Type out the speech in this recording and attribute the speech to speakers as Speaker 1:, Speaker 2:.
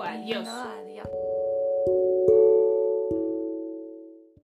Speaker 1: Adiós.
Speaker 2: Adiós.